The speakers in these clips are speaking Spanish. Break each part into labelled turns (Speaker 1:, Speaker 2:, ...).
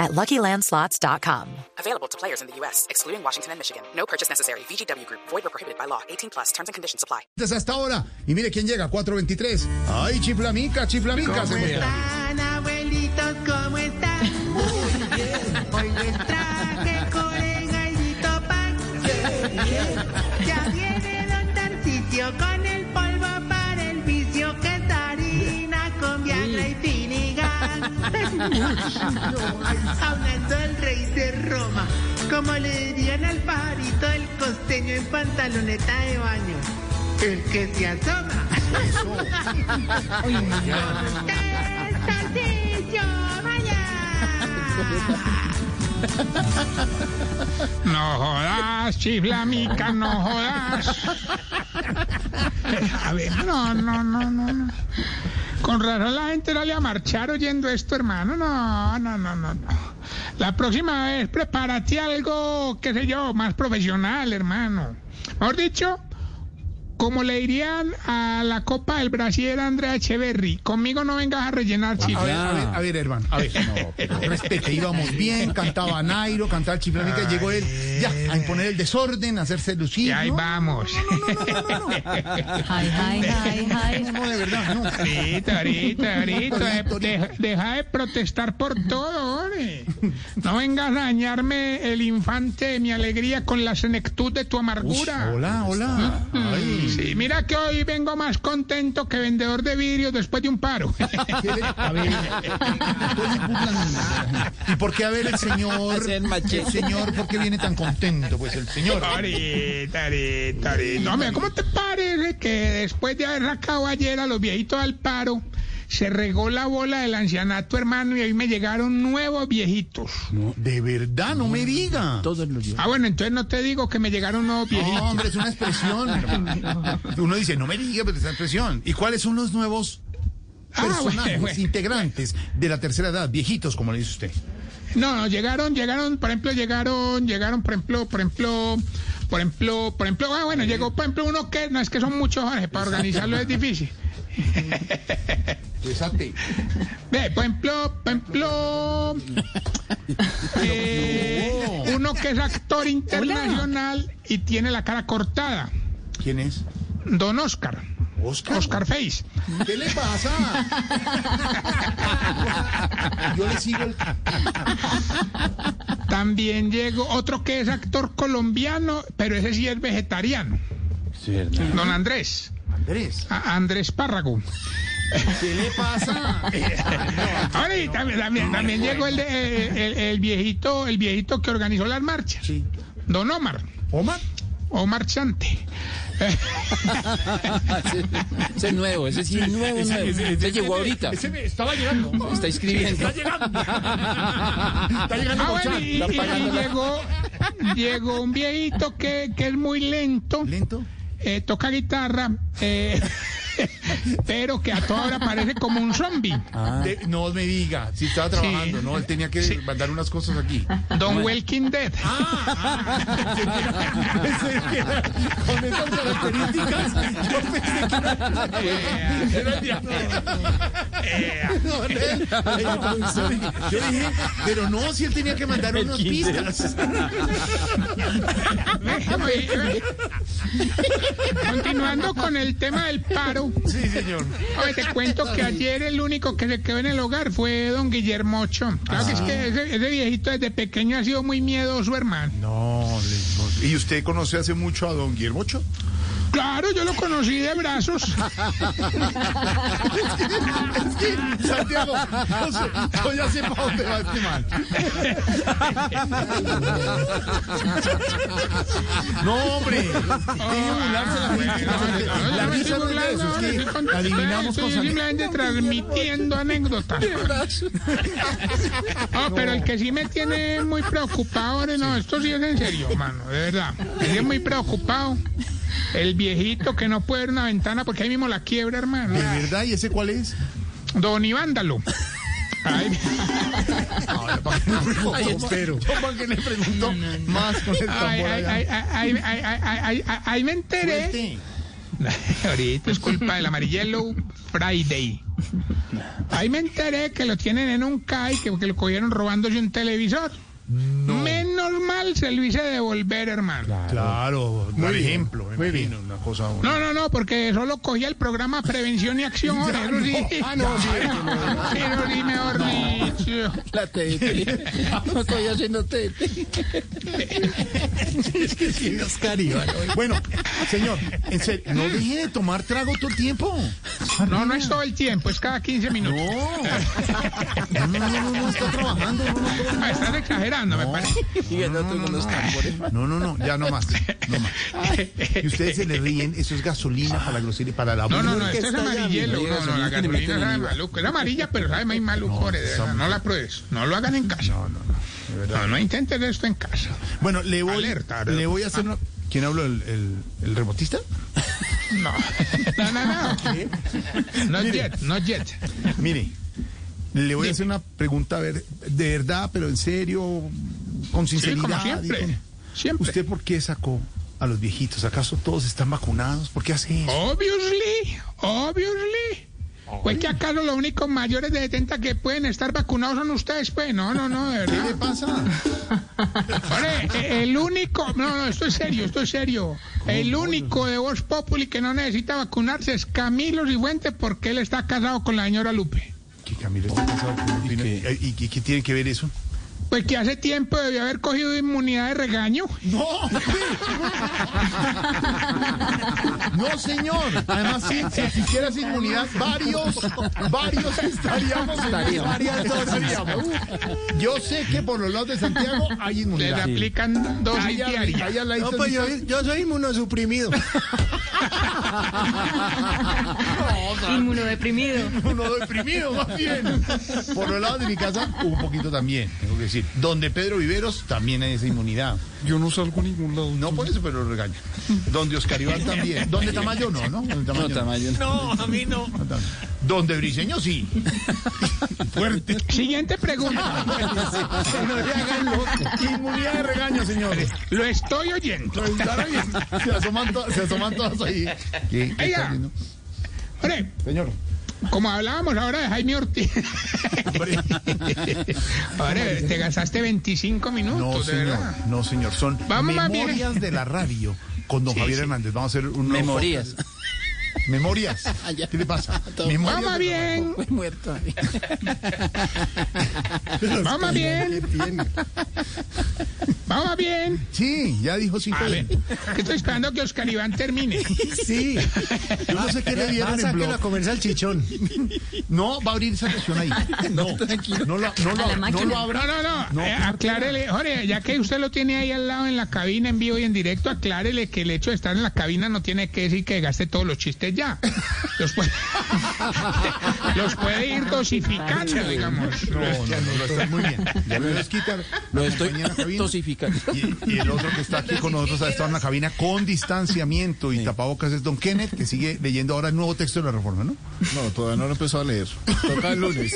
Speaker 1: at luckylandslots.com.
Speaker 2: Available to players in the U.S., excluding Washington and Michigan. No purchase necessary. VGW Group, void or prohibited by law. 18 plus terms and conditions apply.
Speaker 3: Hasta esta hora. Y mire quién llega, 423. Ay, chiflamica, chiflamica. Se
Speaker 4: ¿Cómo
Speaker 3: fue.
Speaker 4: están, abuelitos? ¿Cómo están? Muy bien. Hoy les traje con gallito pan. Ya viene don Tarcicio con el polvo para el vicio que es harina con viagra y filigan. Hablando al rey de Roma, como le dirían al pajarito el costeño en pantaloneta de baño. El que se asoma. ¡Tarcicio, vaya!
Speaker 5: No jodas, chiflamica, no jodas. A ver, no, no, no, no, no. Con razón la gente sale a marchar oyendo esto, hermano. No, no, no, no, no. La próxima vez prepárate algo, qué sé yo, más profesional, hermano. Mejor dicho, como le dirían a la Copa del Brasil Andrea Echeverry, conmigo no vengas a rellenar,
Speaker 3: A ver,
Speaker 5: chiflamica.
Speaker 3: a ver, a ver, hermano. A ver. pues, Respete, íbamos bien, cantaba Nairo, cantaba el chiflamica, y llegó él ya a imponer el desorden, a hacerse lucir.
Speaker 5: Y ahí
Speaker 3: ¿no?
Speaker 5: vamos.
Speaker 3: No, de verdad, no.
Speaker 5: Ahorita, ahorita, ahorita. de- de- eh, deja de protestar por todo, hombre. No vengas a dañarme el infante de mi alegría con la senectud de tu
Speaker 3: Ush,
Speaker 5: amargura.
Speaker 3: hola, hola. Ay,
Speaker 5: Sí, mira que hoy vengo más contento que vendedor de vidrio después de un paro.
Speaker 3: ¿qué le- a ver, pues, no le burlan ni nada. ¿Y por qué a ver el señor? El señor, ¿por qué viene tan contento? Pues el señor.
Speaker 5: Ahorita, ahorita, ahorita. No, mira, ¿cómo te parece que después de haber sacado ayer a los viejitos al paro, se regó la bola del ancianato, hermano, y hoy me llegaron nuevos viejitos?
Speaker 3: No, de verdad, no me diga.
Speaker 5: Ah, bueno, entonces no te digo que me llegaron nuevos viejitos.
Speaker 3: No, hombre, es una expresión. hermano. Uno dice, no me diga, pero es una expresión. ¿Y cuáles son los nuevos
Speaker 5: Ah, bueno,
Speaker 3: personajes,
Speaker 5: bueno.
Speaker 3: integrantes de la tercera edad, viejitos, como le dice usted?
Speaker 5: No, no, llegaron, llegaron, por ejemplo, llegaron, llegaron, por ejemplo, por ejemplo, por ejemplo, por ejemplo, ah, bueno, llegó, por ejemplo, uno que, no, es que son muchos, Jorge, para organizarlo es difícil.
Speaker 3: Desate.
Speaker 5: Ve, por ejemplo, por ejemplo, eh, uno que es actor internacional y tiene la cara cortada,
Speaker 3: ¿Quién es?
Speaker 5: Don Oscar,
Speaker 3: Oscar.
Speaker 5: Oscar Face.
Speaker 3: ¿Qué le pasa? Yo le sigo el...
Speaker 5: También llegó otro que es actor colombiano, pero ese sí es vegetariano, Don Andrés,
Speaker 3: Andrés.
Speaker 5: a- Andrés Párrago.
Speaker 3: ¿Qué le pasa?
Speaker 5: Eh, Ahora y también, también, también llegó el, de- el- el- el viejito, el viejito que organizó las marchas,
Speaker 3: Sí.
Speaker 5: Don Omar,
Speaker 3: ¿Omar?
Speaker 5: Omar Chante.
Speaker 6: Ah, Ese es nuevo, ese sí es nuevo, nuevo. Ese, llegó ahorita.
Speaker 3: Ese me estaba llegando.
Speaker 6: Está escribiendo.
Speaker 3: Está llegando
Speaker 5: Ah,
Speaker 3: con
Speaker 5: bueno,
Speaker 3: Chan.
Speaker 5: y, y- y llegó, llegó un viejito que, que es muy lento,
Speaker 3: ¿Lento?
Speaker 5: eh, toca guitarra, eh, pero que a toda hora parece como un zombie.
Speaker 3: De- no me diga, si estaba trabajando, ¿no? Él tenía que mandar unas cosas aquí.
Speaker 5: Don Welkin Dead.
Speaker 3: Ah, Pensé que era- con esas características, yo pensé que Eh, era, era el diablo. No, no, no. Yo dije, pero no, si él tenía que mandar unas pistas.
Speaker 5: eh, Continuando con el tema del paro.
Speaker 3: Sí, señor.
Speaker 5: Oye, te cuento que ayer el único que se quedó en el hogar fue don Guillermo Ocho. Claro que es
Speaker 3: Ah.
Speaker 5: que ese, ese viejito desde pequeño ha sido muy miedoso, hermano.
Speaker 3: No, le- no. ¿y usted conoce hace mucho a don Guillermo Ochoa?
Speaker 5: Claro, yo lo conocí de brazos.
Speaker 3: Es que, Santiago, no sé, yo ya sé para dónde va este man. No, hombre, deje burlarse la gente.
Speaker 5: Ah, No, no, no, no,
Speaker 3: La
Speaker 5: no me
Speaker 3: risa no es
Speaker 5: estoy
Speaker 3: de
Speaker 5: burlando,
Speaker 3: eso,
Speaker 5: no
Speaker 3: es
Speaker 5: me estoy
Speaker 3: que
Speaker 5: contando.
Speaker 3: adivinamos
Speaker 5: Estoy
Speaker 3: cosas.
Speaker 5: simplemente transmitiendo anécdotas. No, pero el que sí me tiene muy preocupado, ahora no, esto sí es en serio, mano, de verdad. Me tiene muy preocupado El viejito que no puede ver una ventana porque ahí mismo la quiebra, hermano.
Speaker 3: ¿De verdad? ¿Y ese cuál es?
Speaker 5: Don Ivándalo. Ay,
Speaker 3: Pero. ¿Para qué le preguntó más con el tambor
Speaker 5: ay, ay,
Speaker 3: allá?
Speaker 5: ay, ay, ay, ay, ay, ay, ay, me enteré.
Speaker 3: Fuerte.
Speaker 5: Ahorita es culpa del amarillelo Friday. Ahí me enteré que lo tienen en un CAI que, que lo cogieron robándose un televisor. Menos mal se lo hice devolver, hermano.
Speaker 3: Claro, por ejemplo. Muy bien. Una cosa
Speaker 5: No, no, no, porque solo cogía el programa Prevención y Acción. eso sí.
Speaker 3: Ah, no, Ah, sí,
Speaker 5: Pero sí, mejor dicho.
Speaker 6: La TDT. No estoy haciendo TDT.
Speaker 3: es que sí, es caribano. Bueno, señor, en serio, no deje de tomar trago todo el tiempo. Ah,
Speaker 5: No, no es todo el tiempo, es cada 15 minutos.
Speaker 3: Oh. No, no, no, no, está trabajando. No, no, no.
Speaker 5: Ah, Estás exagerando, me parece.
Speaker 6: Y ganando con los tambores.
Speaker 3: No, no, no, ya no más, no más. Y ustedes se le ríen, eso es gasolina para la grosería, para la
Speaker 5: No, no, no,
Speaker 3: burla.
Speaker 5: este es amarillelo. No, no, la
Speaker 6: que le meten
Speaker 5: gasolina
Speaker 6: en
Speaker 5: sabe
Speaker 6: IVA.
Speaker 5: maluco. Es amarilla, pero sabe más maluco. de verdad. No la pruebes. No lo hagan en casa. No, no, no. No, intenten esto en casa.
Speaker 3: Bueno, le voy,
Speaker 5: Alerta,
Speaker 3: le voy a hacer una... Ah. ¿Quién habló? ¿El, el, el remotista?
Speaker 5: No, no, no. No, no yet, no yet.
Speaker 3: Mire, le voy a hacer una pregunta, a ver, de verdad, pero en serio, con
Speaker 5: Sí,
Speaker 3: sinceridad. y
Speaker 5: como siempre.
Speaker 3: con-
Speaker 5: Siempre.
Speaker 3: ¿Usted por qué sacó a los viejitos? ¿Acaso todos están vacunados? ¿Por qué hace eso?
Speaker 5: Obviously, obviously. Pues que acá los únicos mayores de 70 que pueden estar vacunados son ustedes, pues. No, no, no, de
Speaker 3: ¿Qué
Speaker 5: verdad.
Speaker 3: le pasa?
Speaker 5: Hombre, eh, el único, no, no, esto es serio, esto es serio. El único de Voz Populi que no necesita vacunarse es Camilo Cifuentes porque él está casado con la señora Lupe.
Speaker 3: Que Camilo está casado con un vino-
Speaker 6: qué?
Speaker 3: ¿Y, y qué tiene que ver eso?
Speaker 5: Pues que hace tiempo debió haber cogido inmunidad de regaño.
Speaker 3: ¡No! ¡No, señor! Además, si, si existiera esa inmunidad, varios, varios estaríamos en
Speaker 6: Estaríamos.
Speaker 3: varias estaríamos. Yo sé que por los lados de Santiago hay
Speaker 5: Le
Speaker 3: inmunidad.
Speaker 5: aplican dosis
Speaker 3: Allá-
Speaker 5: diarias.
Speaker 3: allá la pues yo, soy inmunosuprimido.
Speaker 7: Inmunodeprimido.
Speaker 3: Inmunodeprimido, más bien. Por los lados de mi casa, un poquito también, tengo que decir. Donde Pedro Viveros también hay esa inmunidad.
Speaker 8: Yo no salgo a ningún lado.
Speaker 3: No por eso, pero lo regaño. Donde Oscar Iván también. Donde Tamayo no, ¿no? Donde Tamayo
Speaker 6: No, tamaño. No.
Speaker 3: Donde Briseño sí. Fuerte.
Speaker 5: Siguiente pregunta.
Speaker 3: No le hagan loco. Inmunidad de regaño, señores.
Speaker 5: Lo estoy oyendo.
Speaker 3: Preguntaron y se asoman, to- se asoman todas ahí. ¿Qué, qué
Speaker 5: Oiga.
Speaker 3: está haciendo?
Speaker 5: Hombre,
Speaker 3: Señor.
Speaker 5: como hablábamos ahora de Jaime Ortiz.
Speaker 3: Hombre.
Speaker 5: Hombre, te gastaste 25 minutos,
Speaker 3: No,
Speaker 5: pues, de
Speaker 3: señor.
Speaker 5: verdad.
Speaker 3: No, señor. Son
Speaker 5: Vamos, más bien.
Speaker 3: memorias de la radio con don Javier Hernández. Vamos a hacer un nuevo
Speaker 6: Memorías.
Speaker 3: podcast. Memorias.
Speaker 6: ya.
Speaker 3: ¿Qué le pasa? Memorias
Speaker 5: Vamos
Speaker 3: de la radio.
Speaker 5: bien,
Speaker 6: Fue muerto.
Speaker 5: vamos bien,
Speaker 3: ¿Qué tiene?
Speaker 5: vamos bien.
Speaker 3: Sí, ya dijo sí.
Speaker 5: A ver, que estoy esperando que Oscar Iván termine.
Speaker 3: Sí. Yo no sé qué le dieron en blog. comerse al chichón. No, va a abrir esa cuestión ahí. No, no lo, no lo, no lo abra.
Speaker 5: No, no, no. eh, aclárele, Jorge, ya que usted lo tiene ahí al lado en la cabina, en vivo y en directo, aclárele que el hecho de estar en la cabina no tiene que decir que gaste todos los chistes ya. Los puede, los puede ir dosificando, digamos.
Speaker 3: No, no, no, lo está muy bien. Ya lo debes quitar.
Speaker 6: Lo estoy
Speaker 3: Compañera Javín.
Speaker 6: tosificando.
Speaker 3: Y, y el otro que está aquí con nosotros ha estado en la cabina con distanciamiento y tapabocas es Don Kenneth, que sigue leyendo ahora el nuevo texto de la reforma, ¿no?
Speaker 8: No, todavía no lo he empezado a leer. Toca el lunes.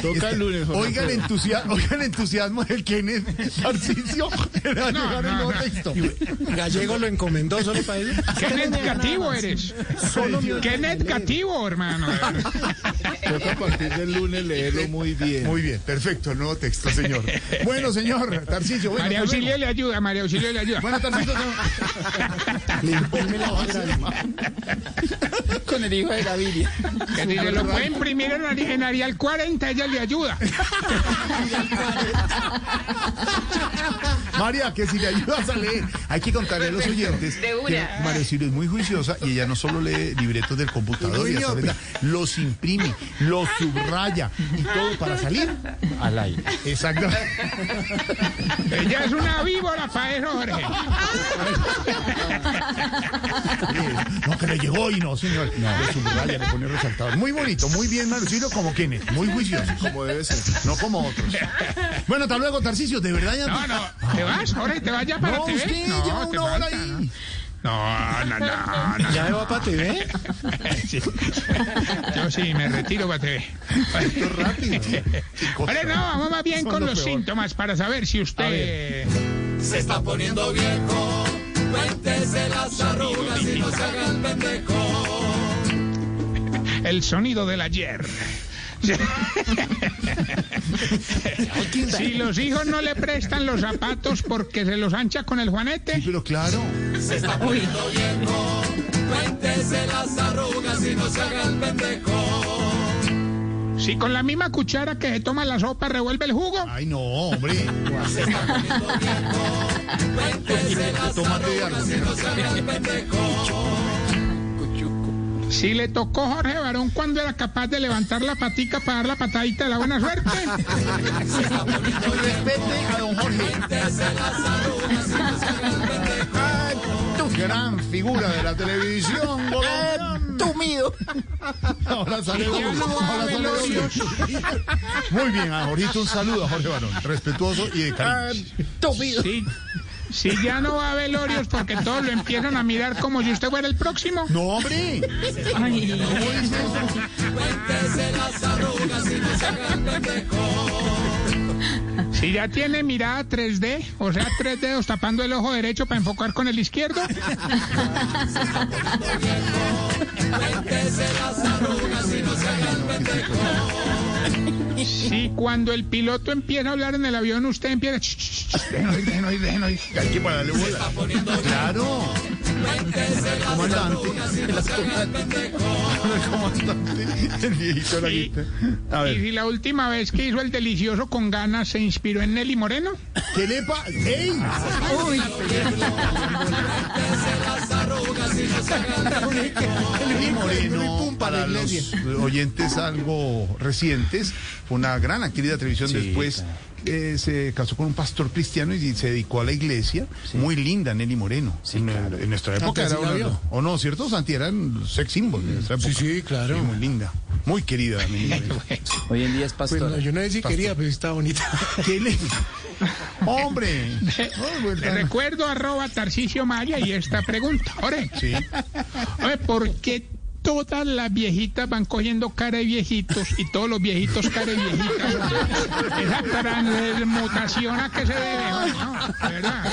Speaker 8: Toca el lunes. Jorge
Speaker 3: Oiga el,
Speaker 8: Alfredo.
Speaker 3: Este, entusia- oiga el entusiasmo del Kenneth Tarcisio. Era
Speaker 5: No,
Speaker 3: llegar el
Speaker 5: no,
Speaker 3: nuevo
Speaker 5: no.
Speaker 3: texto.
Speaker 8: Gallego lo encomendó solo para eso.
Speaker 5: Qué negativo eres. Qué negativo, hermano. de verdad.
Speaker 8: Toca a partir del lunes leerlo muy bien.
Speaker 3: Muy bien, perfecto, el nuevo texto, señor. Bueno, señor, Tarcisio. pues Bueno,
Speaker 5: María
Speaker 3: hasta luego.
Speaker 5: Auxilio le ayuda, María Auxilio le ayuda.
Speaker 3: Bueno, Tarcisio,
Speaker 6: Con el hijo de Gaviria.
Speaker 5: Que si se lo puede imprimir en, Ari- en Arial 40, ella le ayuda.
Speaker 3: María, que si le ayudas a leer, hay que contarle a los oyentes
Speaker 7: de una.
Speaker 3: que María Auxilio es muy juiciosa y ella no solo lee libretos del computador, y hasta ahorita los imprime, los subraya y todo para salir
Speaker 6: Al aire.
Speaker 3: Exacto.
Speaker 5: Ella es una víbora para eso, Jorge.
Speaker 3: No, que le llegó y no, señor. No, lo subraya, le pone resaltado. Muy bonito, muy bien, María Auxilio, como quien es, muy juicioso. Como debe ser. No como otros. Bueno, hasta luego, Tarcicio, de verdad ya
Speaker 5: No, no, te vas, Jorge, te vas ya para
Speaker 3: No,
Speaker 5: TV.
Speaker 3: usted lleva una
Speaker 5: te
Speaker 3: hora
Speaker 5: falta,
Speaker 3: ahí.
Speaker 5: ¿no? No, no, no, no.
Speaker 3: ¿Ya se va para TV?
Speaker 5: Sí. Yo sí, me retiro para TV.
Speaker 3: Rápido.
Speaker 5: Vale, no, vamos más bien
Speaker 3: Son
Speaker 5: con
Speaker 3: lo
Speaker 5: los
Speaker 3: peor.
Speaker 5: síntomas para saber si usted...
Speaker 8: Se está poniendo viejo. Cuéntese las arrugas y no se haga el pendejo.
Speaker 5: El sonido del ayer. Sí. Si los hijos no le prestan los zapatos porque se los ancha con el juanete,
Speaker 3: Pero claro.
Speaker 8: Se está poniendo viejo. Cuéntese las arrugas y no se haga el pendejo.
Speaker 5: si con la misma cuchara que se toma la sopa revuelve el jugo,
Speaker 3: Ay, no, hombre.
Speaker 8: Cuéntese las
Speaker 3: Tómate de
Speaker 8: arrugas y no se haga el pendejo.
Speaker 5: si le tocó Jorge Barón cuando era capaz de levantar la patica para dar la patadita de la buena suerte.
Speaker 3: Respete a don Jorge. Ay, tu gran figura de la televisión, bolón.
Speaker 6: Tumido.
Speaker 3: Ahora sale
Speaker 5: no
Speaker 3: Bolón, ahora sale
Speaker 5: Velorio.
Speaker 3: Bolón. Muy bien, ah, ahorita un saludo a Jorge Barón, respetuoso y de cariño.
Speaker 6: Tumido.
Speaker 5: Si, si ya no va a velorios porque todos lo empiezan a mirar como si usted fuera el próximo.
Speaker 3: No, hombre.
Speaker 5: Si ya tiene mirada 3D, o sea, tres dedos tapando el ojo derecho para enfocar con el izquierdo. Si cuando el piloto empieza a hablar en el avión, usted empieza... "Ch, ch, ch, déjenlo ir, déjenlo ir, déjenlo ir".
Speaker 3: Hay que pararle bola. Claro. Comandante. El comandante. El viejito de la
Speaker 5: Sí.
Speaker 3: guita. A
Speaker 5: Y
Speaker 3: ver.
Speaker 5: si la última vez que hizo el delicioso con ganas se inspiró en Nelly Moreno.
Speaker 3: ¿Qué le pasa? ¡Ey!
Speaker 5: Uy,
Speaker 3: Nelly Moreno, para los oyentes algo recientes, fue una gran actriz de televisión. Después eh, se casó con un pastor cristiano y se dedicó a la iglesia. Muy linda Nelly Moreno. en, eh, en nuestra época
Speaker 6: Antes
Speaker 3: era
Speaker 6: sí la
Speaker 3: una-
Speaker 6: vio.
Speaker 3: ¿O no? ¿Cierto, Santi? Era un sex symbol en nuestra época.
Speaker 9: sí, claro.
Speaker 3: muy linda. Muy querida Nelly Moreno.
Speaker 6: Hoy en día es
Speaker 9: Pues
Speaker 6: pastor.
Speaker 9: no, yo no sé si quería, pero está bonita.
Speaker 3: ¿Qué le- ¡Hombre! Ay, bueno,
Speaker 5: pues le recuerdo arroba Tarcicio Maya y esta pregunta. Ore,
Speaker 3: sí.
Speaker 5: ore, ¿por qué todas las viejitas van cogiendo cara de viejitos y todos los viejitos cara de viejitas? Esa transmutación a que se debe. bueno, de verdad.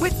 Speaker 1: With